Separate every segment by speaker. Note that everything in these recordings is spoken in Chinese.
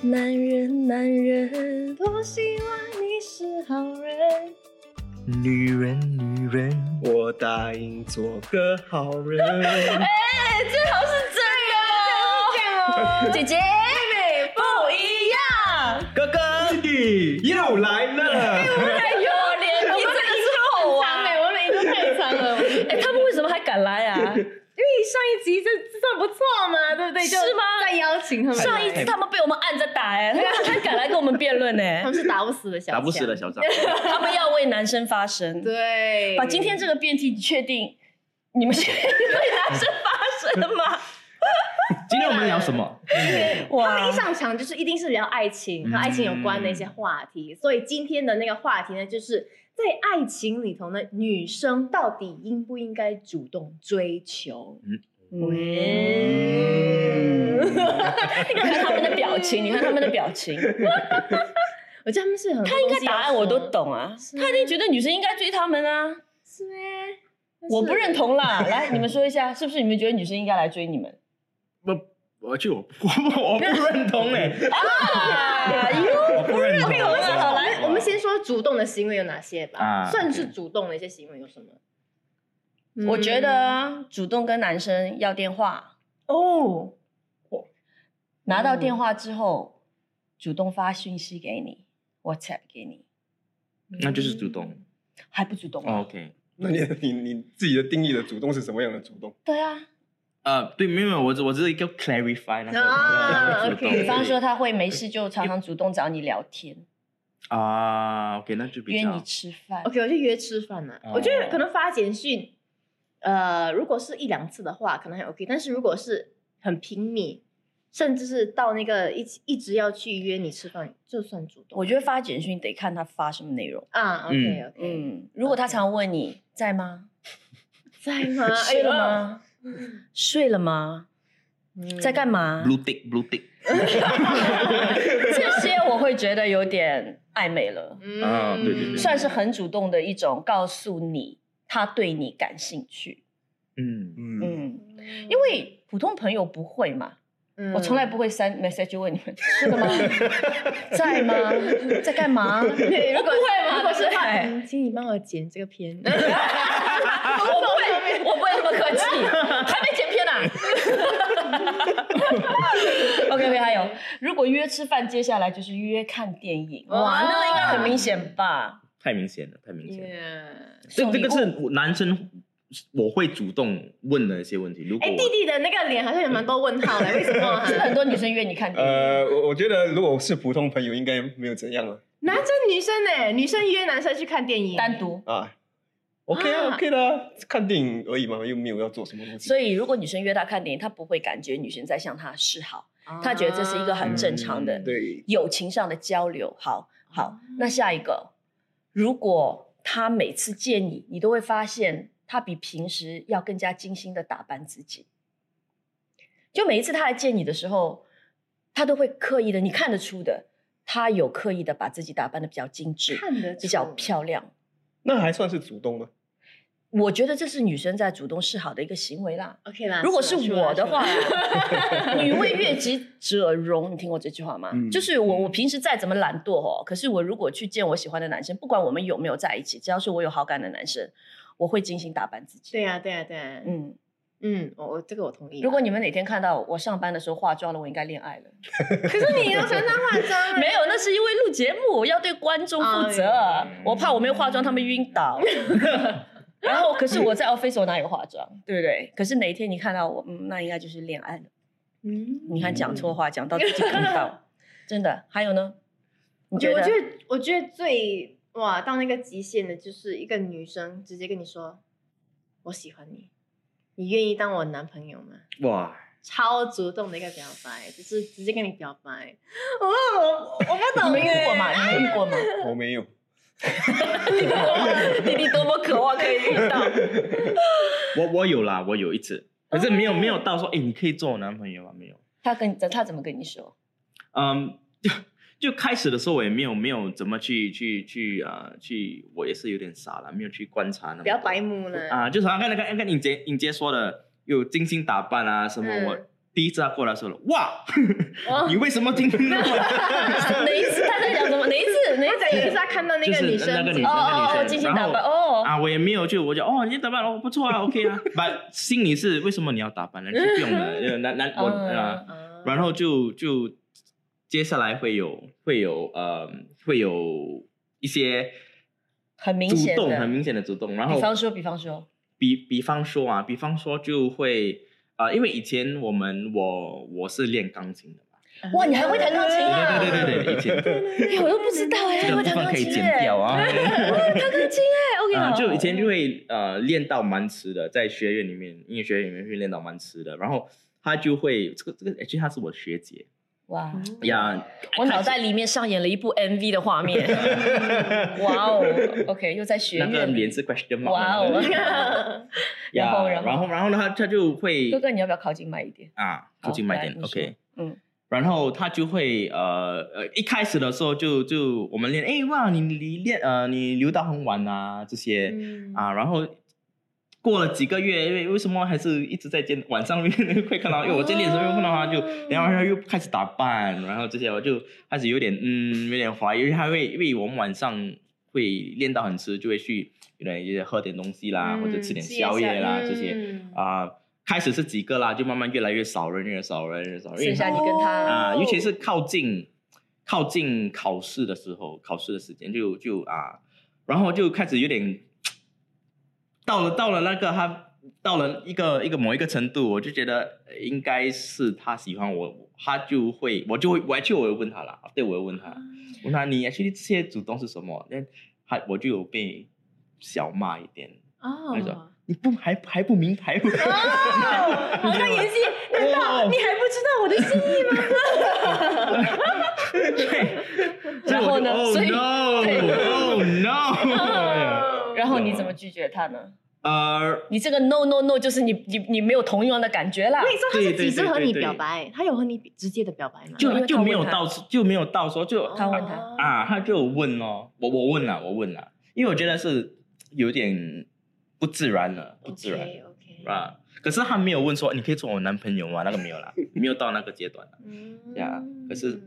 Speaker 1: 男人，男人，多希望你是好人。
Speaker 2: 女人，女人，我答应做个好 人。
Speaker 1: 哎，最好是这样哦，姐姐妹妹不一样。
Speaker 2: 哥哥，你又来了。
Speaker 1: 哎呦，脸皮真的是厚
Speaker 3: 长
Speaker 1: 啊！
Speaker 3: 哎，我每一个太长了，因
Speaker 1: 哎，他们为什么还敢来 啊？
Speaker 3: 为上一集这这算不错嘛，对不对？
Speaker 1: 是
Speaker 3: 就
Speaker 1: 吗
Speaker 3: 再邀请他们来，
Speaker 1: 上一次他们被我们按着打，哎，他们还敢来跟我们辩 论
Speaker 3: 他
Speaker 1: 呢？
Speaker 3: 们是打不死的小，
Speaker 2: 打不死的，小张，
Speaker 1: 他们要为男生发声。
Speaker 3: 对，
Speaker 1: 把今天这个辩题确定，你们确定 为男生发声吗？
Speaker 2: 今天我们聊什么？
Speaker 3: 他们
Speaker 1: 哇
Speaker 3: 一！上场就是一定是聊爱情
Speaker 2: 嗯
Speaker 3: 和爱情有关的一些话题，所以今天的那个话题呢，就是在爱情里头呢，女生到底应不应该主动追求？
Speaker 2: 嗯
Speaker 3: 喂，
Speaker 1: 你看他们的表情，你看他们的表 情，
Speaker 3: 我觉得他们是很
Speaker 1: 他应该答案我都，懂啊，
Speaker 3: 是吗
Speaker 1: 他一定觉得女生应该追他们啊，
Speaker 3: 是咩
Speaker 1: 我不认，同啦。来，你们说一下，是不是你们觉得女生应该来追 你们？
Speaker 2: 我我就我不我不认同哎，
Speaker 1: 啊
Speaker 3: 哎
Speaker 1: 哟，
Speaker 2: 我不认同。
Speaker 3: 但是我们我们先说主动的行为有哪些吧，
Speaker 2: 啊
Speaker 3: 算是
Speaker 2: OK
Speaker 3: 主动的一些行为有什么？
Speaker 1: 我觉得主动跟男生要电话，
Speaker 3: 嗯哦，
Speaker 1: 拿到电话之后，主动发讯息给你，WhatsApp 给你，
Speaker 2: 嗯那就是主动。
Speaker 1: 还不主动啊？
Speaker 2: 哦 OK，
Speaker 4: 那你你你自己的定义的主动是什么样的主动？
Speaker 1: 对啊，
Speaker 2: 呃，对，没有没有，我只我只是一个 clarify 那
Speaker 3: 啊
Speaker 2: 个主动。
Speaker 3: OK
Speaker 1: 比方说他会没事就常常主动找你聊天，
Speaker 2: 啊，OK，那就比
Speaker 1: 约
Speaker 2: 较
Speaker 1: 你吃饭。
Speaker 3: OK，我就约吃饭呐、
Speaker 2: 哦
Speaker 3: 我觉得可能发简讯，呃，如果是一两次的话，可能还 OK。但是如果是很频密，甚至是到那个一起一直要去约你吃饭，就算主动。
Speaker 1: 我觉得发简讯得看他发什么内容。
Speaker 3: 啊，OK OK，、啊
Speaker 1: 嗯，如果他常问你在吗？
Speaker 3: 在吗？哎
Speaker 1: 睡了？吗？睡了吗？
Speaker 3: 嗯
Speaker 1: 啊在干嘛？
Speaker 2: blue tick blue tick。
Speaker 1: 这些我会觉得有点暧昧了，
Speaker 3: 嗯
Speaker 2: 啊对对对
Speaker 1: 算是很主动的一种告诉你他对你感兴趣。
Speaker 2: 嗯，
Speaker 4: 嗯，
Speaker 1: 嗯，因为普通朋友不会嘛，
Speaker 3: 嗯
Speaker 1: 我从来不会删 message 就问你们是的吗？ 在吗？在干嘛？
Speaker 3: 对，如果
Speaker 1: 我不会嘛
Speaker 3: 如果是话，
Speaker 1: 对
Speaker 3: 嗯请你帮我剪这个 片。
Speaker 1: 哎我不会，我不会那么客气， 还没剪片呢、OK OK，还有，如果约吃饭，接下来就是约看电影，哇，
Speaker 3: 哦
Speaker 1: 那个应该很明显吧？
Speaker 2: 太明显了，太明显了。
Speaker 3: Yeah
Speaker 2: 这
Speaker 1: 送
Speaker 2: 这
Speaker 1: 礼
Speaker 2: 个
Speaker 1: 物
Speaker 2: 是我男生我会主动问的一些问题。如果
Speaker 3: 哎，
Speaker 2: 我
Speaker 3: 弟弟的那个脸好像有蛮多问号的，为什么啊？
Speaker 1: 是不是 很多女生约你看电影？
Speaker 4: 呃，我我觉得如果是普通朋友，应该没有怎样了
Speaker 3: 男生女生呢、女生约男生去看电影，
Speaker 1: 单独，
Speaker 4: 啊。OK 啊
Speaker 3: 啊
Speaker 4: ，OK 啦，看电影而已嘛，又没有要做什么东西。
Speaker 1: 所以如果女生约他看电影，他不会感觉女生在向他示好，他觉得这是一个很正常的
Speaker 2: 嗯
Speaker 4: 对，
Speaker 1: 友情上的交流。好，
Speaker 3: 哦
Speaker 1: 好，那下一个，如果他每次见你，你都会发现他比平时要更加精心的打扮自己。就每一次他来见你的时候，他都会刻意的，你看得出的，他有刻意的把自己打扮的比较精致，
Speaker 3: 看得出
Speaker 1: 比较漂亮。
Speaker 4: 那还算是主动吗？
Speaker 1: 我觉得这是女生在主动示好的一个行为啦。
Speaker 3: OK 啦。
Speaker 1: 如果啊是
Speaker 3: 啦
Speaker 1: 我的话，
Speaker 3: 是啦是啦
Speaker 1: 女为悦己者容，你听过这句话吗？
Speaker 4: 嗯
Speaker 1: 就是我，我平时再怎么懒惰哦，可是我如果去见我喜欢的男生，不管我们有没有在一起，只要是我有好感的男生，我会精心打扮自己。
Speaker 3: 对呀、对呀、对呀、嗯
Speaker 1: 嗯，
Speaker 3: 我我这个我同意啦。
Speaker 1: 如果你们哪天看到我上班的时候化妆了，我应该恋爱了。
Speaker 3: 可是你要常常化妆、啊，
Speaker 1: 没有，那是因为录节目要对观众负责，
Speaker 3: 哎
Speaker 1: 我怕我没有化妆他们晕 倒。然后，可是我在 office 我哪有化妆，对不对？可是哪一天你看到我，嗯，那应该就是恋爱了。
Speaker 3: 嗯，
Speaker 1: 你看讲错话，讲到自己坑到， 真的。还有呢？你
Speaker 3: 我
Speaker 1: 觉
Speaker 3: 觉
Speaker 1: 得？
Speaker 3: 得我觉得我觉得最哇到那个极限的就是一个女生直接跟你说我喜欢你，你愿意当我男朋友吗？
Speaker 2: 哇，
Speaker 3: 超主动的一个表白，就是直接跟你表白。
Speaker 1: 哦
Speaker 3: 我我我不
Speaker 1: 你
Speaker 3: 懂
Speaker 1: 们遇过
Speaker 3: 耶，
Speaker 1: 吗？你们遇过 吗？
Speaker 4: 我没有。
Speaker 1: 弟弟多么渴望可以遇到。
Speaker 2: 我我有啦，我有一次，可是没
Speaker 1: 哦
Speaker 2: 有没有到说，哎，你可以做我男朋友吗？没有，
Speaker 1: 他跟你他怎么跟你 说？
Speaker 2: 嗯，就就开始的时候我也没有没有怎么去去去啊、呃去，我也是有点傻了，没有去观察那么
Speaker 3: 不要
Speaker 2: 多
Speaker 3: 白目了。
Speaker 2: 啊，就是好像看那个那个尹杰尹杰说的，有精心打扮啊什么，
Speaker 3: 嗯
Speaker 2: 我第一次他过来说了， 哇，
Speaker 3: 哦
Speaker 2: 你为什么听听那么？
Speaker 1: 啊哪一次他在讲什么？哪一次？哪一
Speaker 3: 他
Speaker 1: 次？
Speaker 3: 在也是他看到那
Speaker 2: 就
Speaker 3: 个
Speaker 2: 是
Speaker 3: 女生，
Speaker 2: 那个女
Speaker 1: 哦
Speaker 2: 生
Speaker 1: 哦哦，精心打扮哦。
Speaker 2: 啊，我也没有就我就哦，你打扮哦不错啊，OK 啊，但心里是为什么你要打扮呢？是不用的，呃男男我
Speaker 1: 嗯
Speaker 2: 啊，
Speaker 3: 啊
Speaker 2: 然后就就接下来会有会有呃会有一些
Speaker 1: 很明
Speaker 2: 主
Speaker 1: 显
Speaker 2: 动
Speaker 1: 的
Speaker 2: 很明显的主动，然
Speaker 1: 比
Speaker 2: 后
Speaker 1: 方说，比方说，
Speaker 2: 比比方说啊，比方说就会呃，因为以前我们我我是练钢琴的 嘛，
Speaker 1: 哇，你还会弹钢琴啊？
Speaker 2: 对对对对对，以 前
Speaker 1: 哎，我都不知道哎，
Speaker 2: 这
Speaker 1: 还会
Speaker 2: 个地
Speaker 1: 弹
Speaker 2: 方
Speaker 1: 钢
Speaker 2: 可以
Speaker 1: 琴
Speaker 2: 剪
Speaker 1: 哎，
Speaker 2: 掉啊。
Speaker 1: 哇弹钢琴哎，OK
Speaker 2: 啊、
Speaker 1: 好
Speaker 2: 就以前就会呃练到蛮迟的，在学院里面音乐学院里面会练到蛮迟的，然后他就会这个这个，其实她是我学姐
Speaker 1: 哇，
Speaker 3: 嗯
Speaker 2: 呀，
Speaker 1: 我脑袋里面上演了一部 MV 的画 面，哇哦，OK，又在学
Speaker 2: 那个
Speaker 1: 院
Speaker 2: 脸
Speaker 1: 里，
Speaker 2: 是 question mark，
Speaker 1: 哇哦
Speaker 2: 呀
Speaker 1: 然后
Speaker 2: 然
Speaker 1: 然后
Speaker 2: 后然后呢，他他就会
Speaker 1: 哥哥，你要不要靠近麦一点？
Speaker 2: 啊
Speaker 1: 好
Speaker 2: 靠近麦
Speaker 1: 来
Speaker 2: 点
Speaker 1: 你说
Speaker 2: ，OK，
Speaker 1: 嗯，
Speaker 2: 然后他就会呃呃，一开始的时候就就我们练，哎哇，你你练呃你留到很晚啊这些，
Speaker 3: 嗯
Speaker 2: 啊，然后过了几个月，因为为什么还是一直在见晚上 面会看到，因为我在练的时候又碰到他就，然后他又开始打扮，然后这些我就开始有点嗯有点怀疑，因为他会因为我们晚上会练到很迟，就会去有点有点喝点东西啦，啊或者吃点
Speaker 1: 嗯
Speaker 3: 嗯
Speaker 2: 宵夜啦这些啊、开始是几个啦，就慢慢越来越少人，越来越少人，越来越少人，因为
Speaker 1: 剩下
Speaker 2: 他
Speaker 1: 你跟
Speaker 3: 哦
Speaker 1: 他
Speaker 2: 啊、尤其是靠近靠近考试的时候，考试的时间就就啊，然后就开始有点到了到了那个他到了一个一个某一个程度，我就觉得呃应该是他喜欢我，他就会我就会我还去我有问他了，对我有问
Speaker 1: 啊
Speaker 2: 他，我问他你 actually 这些主动是什么？那他我就有被小骂一点，那种
Speaker 3: 哦，
Speaker 2: 你不还还不明白？
Speaker 1: 啊
Speaker 3: 好像演戏，难道
Speaker 2: 哦
Speaker 3: 你还不知道我的心意吗？
Speaker 1: 然后呢
Speaker 2: 哦
Speaker 1: 所以
Speaker 2: no，Oh Oh no！
Speaker 1: 然后你怎么拒绝他呢？
Speaker 2: 呃，
Speaker 1: 你这个 no no no 就是你你你没有同样的感觉啦。
Speaker 3: 那你说他是
Speaker 2: 对对
Speaker 3: 几次
Speaker 2: 对
Speaker 3: 和
Speaker 2: 对
Speaker 3: 你
Speaker 2: 对
Speaker 3: 表白？他有和你直接的表白吗？
Speaker 1: 因为
Speaker 2: 就
Speaker 1: 他
Speaker 2: 就没有
Speaker 1: 问他哦
Speaker 2: 到，就没有到说就
Speaker 1: 他问他
Speaker 2: 啊，他就问哦，我我问了，我问了，因为我觉得是有点不自然了，不自然
Speaker 3: o k
Speaker 2: 啊。可是他没有问说哎你可以做我男朋友吗？那个没有啦，没有到那个阶段啦
Speaker 3: 嗯
Speaker 2: 呀可是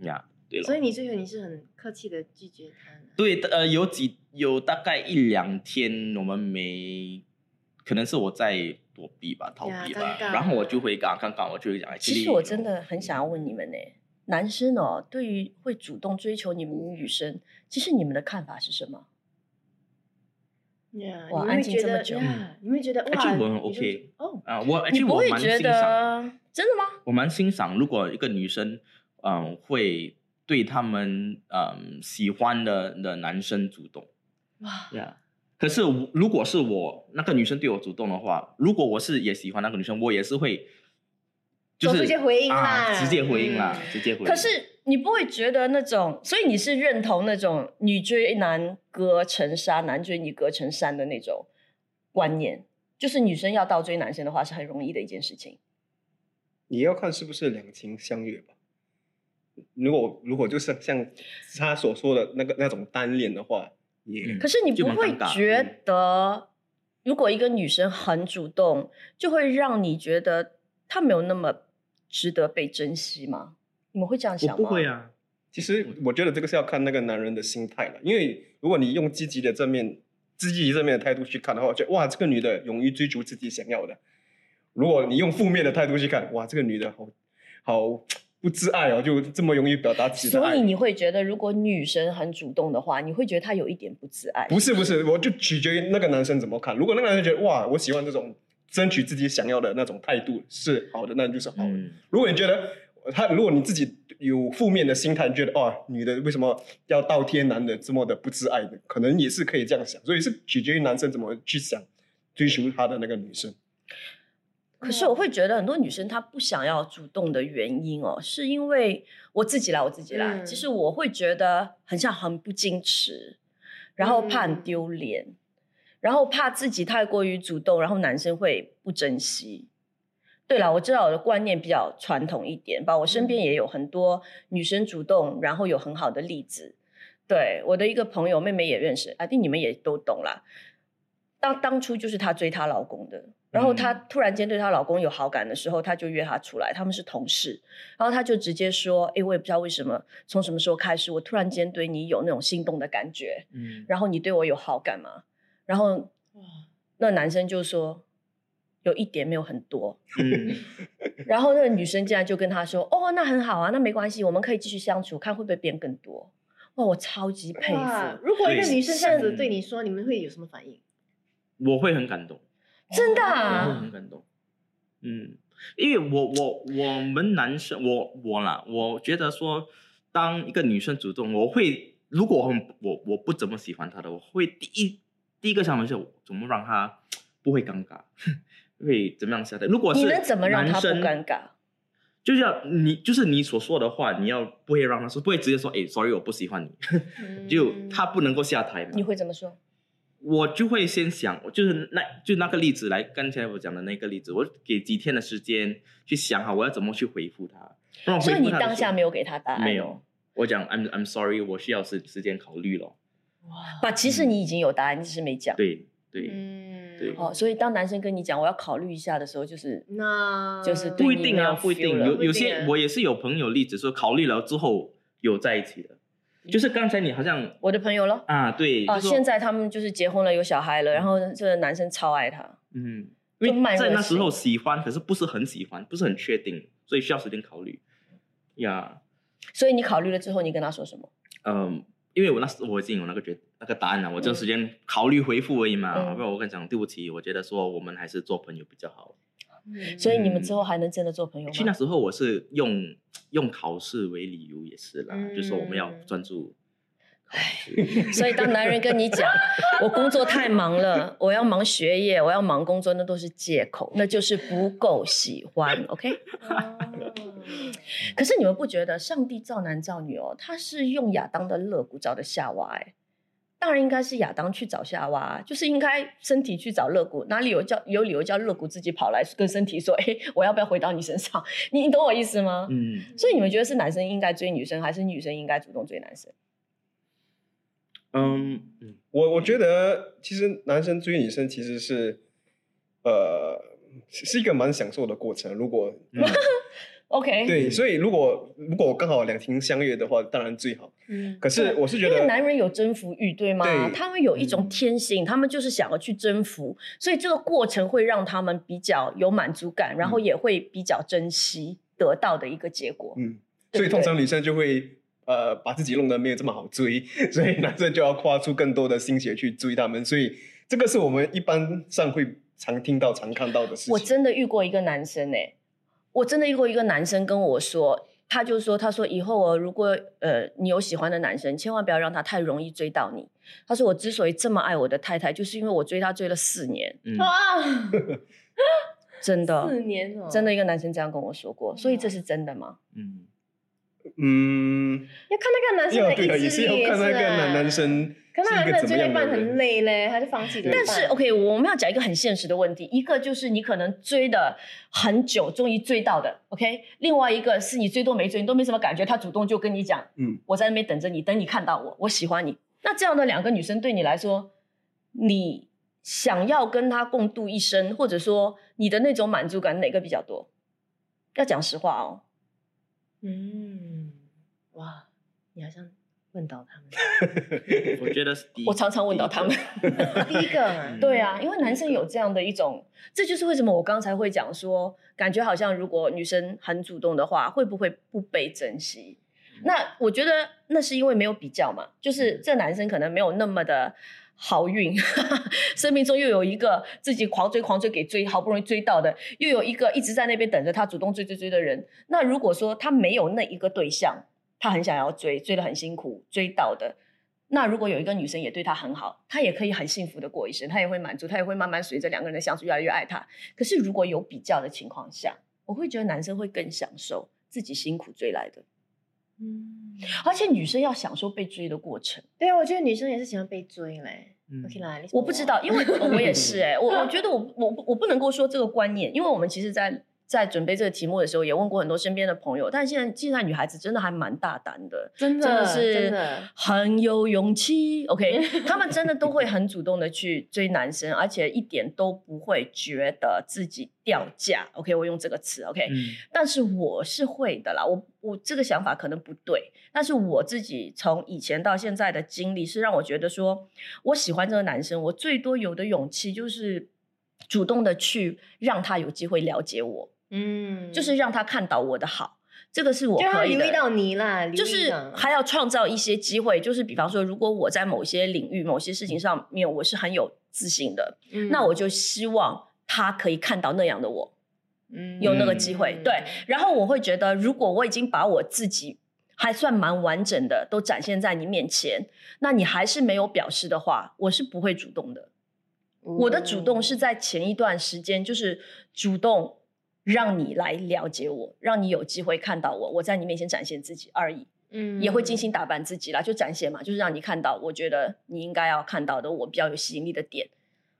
Speaker 2: 呀。对了
Speaker 3: 所，以你最后你是很客气的拒绝他呢。
Speaker 2: 对，呃，有几有大概一两天我们没，可能是我在躲避吧，逃
Speaker 3: 呀
Speaker 2: 避
Speaker 3: 尴
Speaker 2: 吧，
Speaker 3: 尬
Speaker 2: 然后我就会刚刚刚我就会讲，哎
Speaker 1: 其实我真的很想要问你们呢、男生哦，对于会主动追求你们女生，其实你们的看法是什么？
Speaker 3: 呀
Speaker 1: 哇
Speaker 3: 你
Speaker 1: 安
Speaker 3: 会
Speaker 1: 静
Speaker 3: 觉
Speaker 1: 这么
Speaker 3: 得
Speaker 1: 久
Speaker 3: 呀你会觉得哇，
Speaker 2: actually 我很
Speaker 3: 你就
Speaker 2: OK
Speaker 3: 哦，
Speaker 2: 啊，我
Speaker 1: 你
Speaker 2: actually
Speaker 1: 不会
Speaker 2: 我蛮
Speaker 1: 觉
Speaker 2: 欣赏，
Speaker 1: 得真的吗？
Speaker 2: 我蛮欣赏，如果一个女生，嗯、会对他们嗯、喜欢的的男生主动，
Speaker 3: 哇，
Speaker 2: 对啊。可是我如果是我那个女生对我主动的话，如果我是也喜欢那个女生，我也是会，就
Speaker 3: 做
Speaker 2: 是
Speaker 3: 出一些回应
Speaker 2: 啊
Speaker 3: 啦
Speaker 2: 直接回应啦，
Speaker 3: 嗯
Speaker 2: 直接回应。
Speaker 1: 可是你不会觉得那种，所以你是认同那种女追男隔层纱，男追女隔层山的那种观念，就是女生要倒追男生的话是很容易的一件事情。
Speaker 4: 也要看是不是两情相悦吧。如果如果就是像他所说的那个那种单恋的话，也
Speaker 2: 嗯
Speaker 1: 可是你
Speaker 2: 就
Speaker 1: 不
Speaker 2: 蛮
Speaker 1: 会
Speaker 2: 尴尬
Speaker 1: 觉得，如果一个女生很主动，就会让你觉得她没有那么值得被珍惜吗？你们会这样想
Speaker 2: 我
Speaker 1: 吗？
Speaker 2: 不会啊，
Speaker 4: 其实我觉得这个是要看那个男人的心态了。因为如果你用积极的正面、积极正面的态度去看的话，我觉得哇，这个女的勇于追逐自己想要的；如果你用负面的态度去看，哇，这个女的好好不自爱哦，就这么容易表达自己的
Speaker 1: 所
Speaker 4: 爱
Speaker 1: 以。你会觉得，如果女生很主动的话，你会觉得她有一点不自爱。
Speaker 4: 不是不是，我就取决于那个男生怎么看。如果那个男生觉得哇，我喜欢这种争取自己想要的那种态度是好的，那就是好的。
Speaker 2: 嗯，
Speaker 4: 如果你觉得呃他，如果你自己有负面的心态，你觉得哦，女的为什么要倒贴男的这么的不自爱的，可能也是可以这样想。所以是取决于男生怎么去想追求他的那个女生。
Speaker 1: 可是我会觉得很多女生她不想要主动的原因哦，是因为我自己啦，我自己啦，
Speaker 3: 嗯
Speaker 1: 其实我会觉得很像很不矜持，然后怕很
Speaker 3: 嗯
Speaker 1: 丢脸，然后怕自己太过于主动，然后男生会不珍惜。对啦，我知道我的观念比较传统一点吧，我身边
Speaker 3: 嗯
Speaker 1: 也有很多女生主动，然后有很好的例子。对，我的一个朋友妹妹也认识，I think 你们也都懂啦。当当初就是她追她老公的，然后她突然间对她老公有好感的时候，她就约他出来，他们是同事。然后她就直接说：“诶，我也不知道为什么，从什么时候开始，我突然间对你有那种心动的感觉，
Speaker 2: 嗯，
Speaker 1: 然后你对我有好感吗？”然后那男生就说：“有一点没有很多。”
Speaker 2: 嗯
Speaker 1: 然后那个女生竟然就跟他说：“哦，那很好啊，那没关系，我们可以继续相处，看会不会变更多。”哇，我超级佩
Speaker 3: 哇
Speaker 1: 服，，
Speaker 3: 如果一个
Speaker 2: 对
Speaker 3: 女生这样子
Speaker 2: 嗯
Speaker 3: 对你说，你们会有什么反应？
Speaker 2: 我会很感动，
Speaker 1: 真的
Speaker 2: 我会
Speaker 1: 啊、
Speaker 2: 很感动。嗯，因为我我我们男生，我我啦，我觉得说，当一个女生主动，我会如果我很我我不怎么喜欢她的，我会第一第一个想法是怎么让她不会尴尬， 会怎么样下台。如果哦是
Speaker 1: 你能怎么让她
Speaker 2: 男
Speaker 1: 不
Speaker 2: 生
Speaker 1: 尴尬？
Speaker 2: 就是要你，就是你所说的话，你要不会让他说，不会直接说，哎，sorry，我不喜欢你，
Speaker 1: 嗯
Speaker 2: 就他不能够下台嘛。
Speaker 1: 你会怎么说？
Speaker 2: 我就会先想，我就是那就那个例子来，刚才我讲的那个例子，我给几天的时间去想好我要怎么去回复他。不然我回
Speaker 1: 所以
Speaker 2: 复
Speaker 1: 你
Speaker 2: 他的时候
Speaker 1: 当下没有给他答案、哦，
Speaker 2: 没有。我讲 I'm I'm sorry，我需要时时间考虑咯。
Speaker 1: 把其实你已经有答案，你只是没讲。
Speaker 2: 对对，
Speaker 3: 嗯
Speaker 2: 对
Speaker 1: 哦，所以当男生跟你讲我要考虑一下的时候，就是
Speaker 3: 那
Speaker 1: 就是对
Speaker 2: 不
Speaker 1: 你
Speaker 2: 一定
Speaker 1: 没
Speaker 2: 啊，
Speaker 1: 有
Speaker 2: 不一
Speaker 1: feel
Speaker 2: 定。
Speaker 1: 了
Speaker 2: 有有
Speaker 3: 不一定
Speaker 2: 些
Speaker 3: 啊
Speaker 2: 我也是有朋友例子说，考虑了之后有在一起的，就是刚才你好像
Speaker 1: 我的朋友咯。
Speaker 2: 啊，对，
Speaker 1: 啊，
Speaker 2: 就
Speaker 1: 嗯
Speaker 2: 说
Speaker 1: 现在他们就是结婚了，有小孩了，然后这个男生超爱她。
Speaker 2: 嗯，
Speaker 1: 就
Speaker 2: 因
Speaker 1: 慢
Speaker 2: 为
Speaker 1: 热
Speaker 2: 在那
Speaker 1: 型
Speaker 2: 时候喜欢，可是不是很喜欢，不是很确定，所以需要时间考虑。呀、
Speaker 1: 所以你考虑了之后，你跟他说什么？
Speaker 2: 嗯，因为我那时我已经有那个决那个答案了，我这时间考虑回复而已嘛。
Speaker 1: 嗯
Speaker 2: 不然我跟你讲，对不起，我觉得说我们还是做朋友比较好。
Speaker 1: 所以你们
Speaker 2: 嗯
Speaker 1: 之后还能真的做朋友
Speaker 2: 去那
Speaker 1: 吗？
Speaker 2: 时候我是用用考试为理由也是啦，就说我们要
Speaker 3: 嗯
Speaker 2: 专注。
Speaker 1: 所以当男人跟你讲 我工作太忙了，我要忙学业，我要忙工作，那都是借口，那就是不够喜欢。OK。可是你们不觉得上帝造男造女哦，他是用亚当的肋骨找的夏娃哎，当然应该是亚当去找夏娃，就是应该身体去找肋骨，哪里有叫有理由叫肋骨自己跑来跟身体说，哎，我要不要回到你身上？ 你你懂我意思吗？
Speaker 2: 嗯，
Speaker 1: 所以你们觉得是男生应该追女生，还是女生应该主动追男生？
Speaker 2: 嗯嗯，
Speaker 4: 我我觉得其实男生追女生其实是，呃，是是一个蛮享受的过程。如果、
Speaker 2: 嗯
Speaker 1: OK，
Speaker 4: 对，所以如果如果刚好两情相悦的话，当然最好。
Speaker 3: 嗯
Speaker 4: 可是我是觉
Speaker 1: 因为
Speaker 4: 得，
Speaker 1: 男人有征服欲，对吗？
Speaker 4: 对
Speaker 1: 他们有一种
Speaker 2: 嗯
Speaker 1: 天性，他们就是想要去征服，所以这个过程会让他们比较有满足感，然后
Speaker 2: 嗯
Speaker 1: 也会比较珍惜得到的一个结果。
Speaker 4: 嗯，
Speaker 1: 对
Speaker 4: 所以
Speaker 1: 不
Speaker 4: 通
Speaker 1: 对
Speaker 4: 常女生就会呃把自己弄得没有这么好追，所以男生就要花出更多的心血去追他们。所以这个是我们一般上会常听到、常看到的事
Speaker 1: 我
Speaker 4: 情。
Speaker 1: 真的遇过一个男生哎、我真的遇过一个男生跟我说，他就说，他说以后哦，如果呃你有喜欢的男生，千万不要让他太容易追到你。他说我之所以这么爱我的太太，就是因为我追她追了四年，
Speaker 2: 嗯
Speaker 3: 哇，
Speaker 1: 真的，
Speaker 3: 四年哦，
Speaker 1: 真的一个男生这样跟我说过，所以这是真的吗？
Speaker 2: 嗯，
Speaker 4: 嗯，
Speaker 3: 要看那个男生
Speaker 4: 要
Speaker 3: 的
Speaker 4: 对了，啊也
Speaker 3: 意
Speaker 4: 是
Speaker 3: 志
Speaker 4: 要
Speaker 3: 力，
Speaker 4: 看那个男男
Speaker 3: 是啊。
Speaker 4: 生
Speaker 3: 可能
Speaker 4: 是一
Speaker 3: 男
Speaker 4: 个
Speaker 3: 的
Speaker 4: 怎么
Speaker 3: 追到一
Speaker 4: 样的
Speaker 3: 半很
Speaker 4: 人。
Speaker 3: 累嘞，他就放弃了。
Speaker 1: 但是 OK，我们要讲一个很现实的问题，一个就是你可能追的很久，终于追到的，OK；另外一个是你追都没追，你都没什么感觉，他主动就跟你讲，
Speaker 4: 嗯，
Speaker 1: 我在那边等着你，等你看到我，我喜欢你。那这样的两个女生对你来说，你想要跟她共度一生，或者说你的那种满足感，哪个比较多？要讲实话哦，
Speaker 3: 嗯，哇，你好像问到他们
Speaker 2: 我觉得是第一
Speaker 1: 我常常问到他们。
Speaker 3: 第一个
Speaker 4: 嗯
Speaker 3: 嘛，
Speaker 1: 对啊，因为男生有这样的一种，这就是为什么我刚才会讲说，感觉好像如果女生很主动的话，会不会不被珍惜？那我觉得那是因为没有比较嘛，就是这男生可能没有那么的好运， 生命中又有一个自己狂追狂追给追，好不容易追到的，又有一个一直在那边等着他主动追追追的人。那如果说他没有那一个对象，他很想要追，追得很辛苦，追到的。那如果有一个女生也对他很好，他也可以很幸福的过一生，他也会满足，他也会慢慢随着两个人的相处越来越爱他。可是如果有比较的情况下，我会觉得男生会更享受自己辛苦追来的，
Speaker 3: 嗯，
Speaker 1: 而且女生要享受被追的过程。
Speaker 3: 对啊，我觉得女生也是喜欢被追嘞。
Speaker 2: 嗯
Speaker 3: OK 啦，你说
Speaker 1: 欸我不知道，因为我也是哎、我我觉得我我我不能够说这个观念，因为我们其实在在准备这个题目的时候，也问过很多身边的朋友，但现在现在女孩子真的还蛮大胆的，
Speaker 3: 真
Speaker 1: 真的
Speaker 3: 的真
Speaker 1: 是
Speaker 3: 的
Speaker 1: 很有勇气。OK，他 们真的都会很主动的去追男生，而且一点都不会觉得自己掉价。OK，我用这个词。OK，、
Speaker 2: 嗯
Speaker 1: 但是我是会的啦，我我这个想法可能不对，但是我自己从以前到现在的经历是让我觉得说，我喜欢这个男生，我最多有的勇气就是主动的去让他有机会了解我，
Speaker 3: 嗯，
Speaker 1: 就是让他看到我的好，这个是我
Speaker 3: 就他
Speaker 1: 可以
Speaker 3: 留
Speaker 1: 的
Speaker 3: 意。到你啦，
Speaker 1: 就
Speaker 3: 留意
Speaker 1: 是
Speaker 3: 到
Speaker 1: 还要创造一些机会，就是比方说，如果我在某些领域、某些事情上面我是很有自信的，
Speaker 3: 嗯
Speaker 1: 那我就希望他可以看到那样的我。
Speaker 3: 嗯
Speaker 1: 有那个机会
Speaker 3: 嗯
Speaker 1: 对然后我会觉得，如果我已经把我自己还算蛮完整的都展现在你面前，那你还是没有表示的话，我是不会主动的。我的主动是在前一段时间，就是主动让你来了解我，让你有机会看到我，我在你面前展现自己而已，
Speaker 3: 嗯
Speaker 1: 也会精心打扮自己啦，就展现嘛，就是让你看到，我觉得你应该要看到的，我比较有吸引力的点。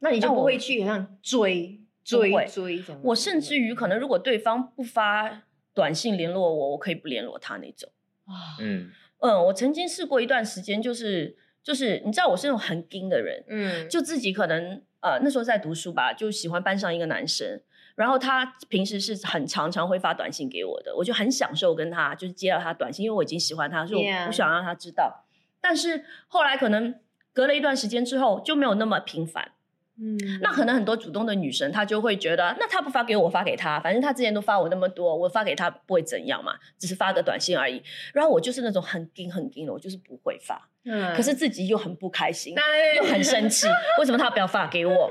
Speaker 3: 那你就
Speaker 1: 但
Speaker 3: 不
Speaker 1: 我
Speaker 3: 会去好像追
Speaker 1: 不
Speaker 3: 追
Speaker 1: 会
Speaker 3: 追这样子。
Speaker 1: 我甚至于可能，如果对方不发短信联络我，我可以不联络他那种。
Speaker 3: 啊，
Speaker 2: 嗯
Speaker 1: 嗯，我曾经试过一段时间，就是就是，你知道我是那种很硬的人，
Speaker 3: 嗯，
Speaker 1: 就自己可能呃那时候在读书吧，就喜欢班上一个男生，然后他平时是很常常会发短信给我的，我就很享受跟他就是接到他短信，因为我已经喜欢他，所以我
Speaker 3: Yeah
Speaker 1: 不想让他知道。但是后来可能隔了一段时间之后就没有那么频繁，
Speaker 3: 嗯，
Speaker 1: 那可能很多主动的女生，她就会觉得，那她不发给我，我发给她，反正她之前都发我那么多，我发给她不会怎样嘛，只是发个短信而已。然后我就是那种很硬很硬的，我就是不会发，
Speaker 3: 嗯
Speaker 1: 可是自己又很不开心，
Speaker 3: 那
Speaker 1: 又很生气， 为什么她不要发给我？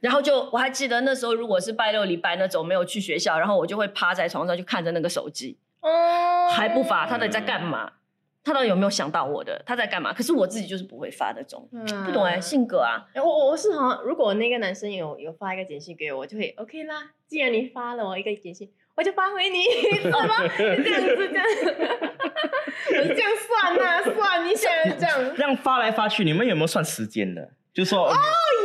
Speaker 1: 然后就我还记得那时候，如果是拜六礼拜那种没有去学校，然后我就会趴在床上就看着那个手机，
Speaker 3: 哦
Speaker 1: 还不发，她到底在干嘛？她到底有没有想到我的？她在干嘛？可是我自己就是不会发那种，不懂哎、性格啊，
Speaker 3: 嗯哎，我我是好像，如果那个男生有有发一个简讯给我，我就会 OK 啦。既然你发了我一个简讯，我就发回你，是吗？ 是这样子，这样子，我是这样算呐、算一下这样。
Speaker 2: 这样发来发去，你们有没有算时间的？就说哦，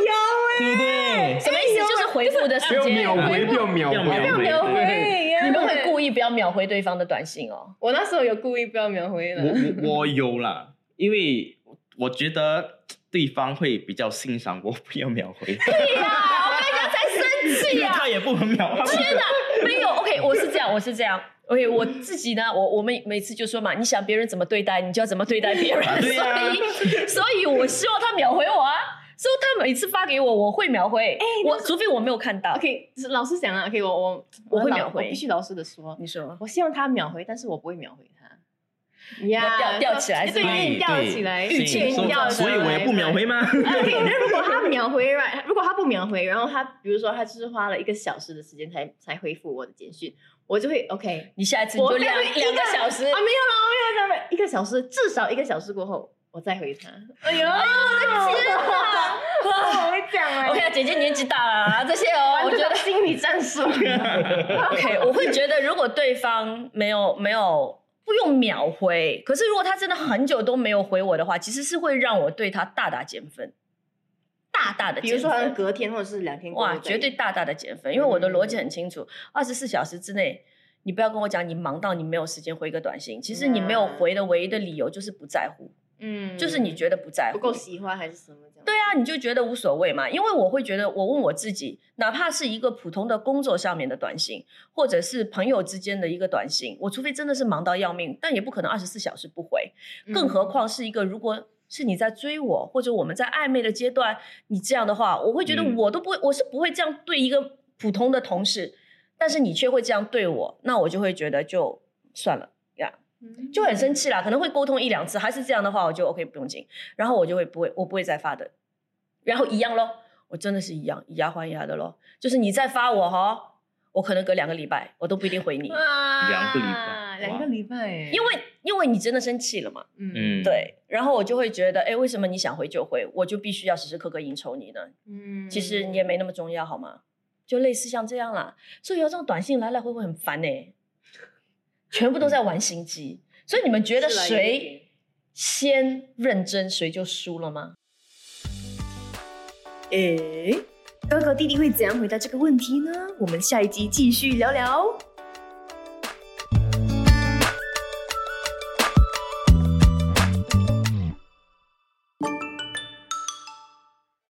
Speaker 3: 哎
Speaker 2: 有对不对？
Speaker 1: 哎什么意思？就是回复的时
Speaker 4: 不要
Speaker 1: 间，
Speaker 4: 秒回，不要秒
Speaker 2: 不要
Speaker 4: 回啊
Speaker 3: 不要。秒回
Speaker 2: 哎
Speaker 3: 呀，
Speaker 1: 你们会
Speaker 3: 意？
Speaker 1: 故意不要秒回对方的短信哦？
Speaker 3: 哎我那时候有故意不要秒回的。
Speaker 2: 我我我有啦，因为我觉得对方会比较欣赏我不要秒回，
Speaker 1: 哎对呀、我刚刚才生
Speaker 2: 因
Speaker 1: 气
Speaker 2: 为
Speaker 1: 啊！
Speaker 2: 他也不很秒，他
Speaker 1: 天哪，没有 OK，我是这样，我是这样。OK，我自己呢，我我们每次就说嘛，你想别人怎么对待，你就要怎么对待别人。
Speaker 2: 啊对呀
Speaker 1: 所以，所以我希望他秒回我啊。所以他每次发给我，我会秒回。我除非我没有看到。
Speaker 3: 哎 OK，就是老实讲啊，OK，我我
Speaker 1: 我会
Speaker 3: 老
Speaker 1: 秒回
Speaker 3: 我必须老实的说，
Speaker 1: 你说
Speaker 3: 我希望他秒回，但是我不会秒回他。呀
Speaker 1: 吊吊起来是
Speaker 3: 哎对，
Speaker 1: 吗
Speaker 3: 有点
Speaker 2: 对
Speaker 3: 吊起来，
Speaker 2: 对
Speaker 1: 气
Speaker 2: 所以
Speaker 1: 人吊
Speaker 2: 所以我也不秒回。吗？
Speaker 3: OK，那如果他秒回 right，如果他不秒回，然后他比如说他就是花了一个小时的时间才才回复我的简讯，我就会 OK。
Speaker 1: 你下一次你
Speaker 3: 我
Speaker 1: 就
Speaker 3: 再
Speaker 1: 两
Speaker 3: 回一
Speaker 1: 两个小
Speaker 3: 啊，没
Speaker 1: 时
Speaker 3: 有了，没有了，没有了一个小时，至少一个小时过后我再回他。哎呦， 我的天哪！我会讲 哎
Speaker 1: OK 啊，姐姐年纪大了啊，这些哦，我觉得
Speaker 3: 心理战 术。
Speaker 1: OK，我会觉得如果对方没有没有不用秒回，可是如果他真的很久都没有回我的话，其实是会让我对他大大减分，大大的
Speaker 3: 比
Speaker 1: 减
Speaker 3: 如说，好像
Speaker 1: 分。
Speaker 3: 隔天或者是两天过后
Speaker 1: 哇，
Speaker 3: 再
Speaker 1: 绝对大大的减分，因为我的逻辑很清
Speaker 3: 嗯
Speaker 1: 楚，二十四小时之内。你不要跟我讲你忙到你没有时间回个短信，其实你没有回的唯一的理由就是不在乎，
Speaker 3: 嗯，
Speaker 1: 就是你觉得不在
Speaker 3: 不
Speaker 1: 乎，
Speaker 3: 够喜欢还是什么这样？
Speaker 1: 对啊，你就觉得无所谓嘛？因为我会觉得，我问我自己，哪怕是一个普通的工作上面的短信，或者是朋友之间的一个短信，我除非真的是忙到要命，但也不可能二十四小时不回。
Speaker 3: 嗯，
Speaker 1: 更何况是一个，如果是你在追我，或者我们在暧昧的阶段，你这样的话，我会觉得
Speaker 2: 嗯
Speaker 1: 我都不会，我是不会这样对一个普通的同事，但是你却会这样对我，那我就会觉得就算了。
Speaker 3: 嗯
Speaker 1: 就很生气啦，可能会沟通一两次，还是这样的话，我就 OK 不用紧，然后我就会不会，我不会再发的，然后一样咯，我真的是一样以牙还牙的咯，就是你再发我哈，我可能隔两个礼拜我都不一定回你，
Speaker 3: 哇
Speaker 2: 两个礼拜
Speaker 3: 嗯两个礼拜耶，
Speaker 1: 因为因为你真的生气了嘛，
Speaker 3: 嗯
Speaker 2: 嗯，，
Speaker 1: 对，然后我就会觉得，哎，为什么你想回就回，我就必须要时时刻刻应酬你呢？
Speaker 3: 嗯，
Speaker 1: 其实你也没那么重要好吗？就类似像这样啦，所以有这种短信来来回回很烦呢、全部都在玩心机，所以你们觉得
Speaker 3: 是啦有一
Speaker 1: 谁
Speaker 3: 点
Speaker 1: 先认真，谁就输了吗？
Speaker 3: 诶，哥哥弟弟会怎样回答这个问题呢？我们下一集继续聊聊。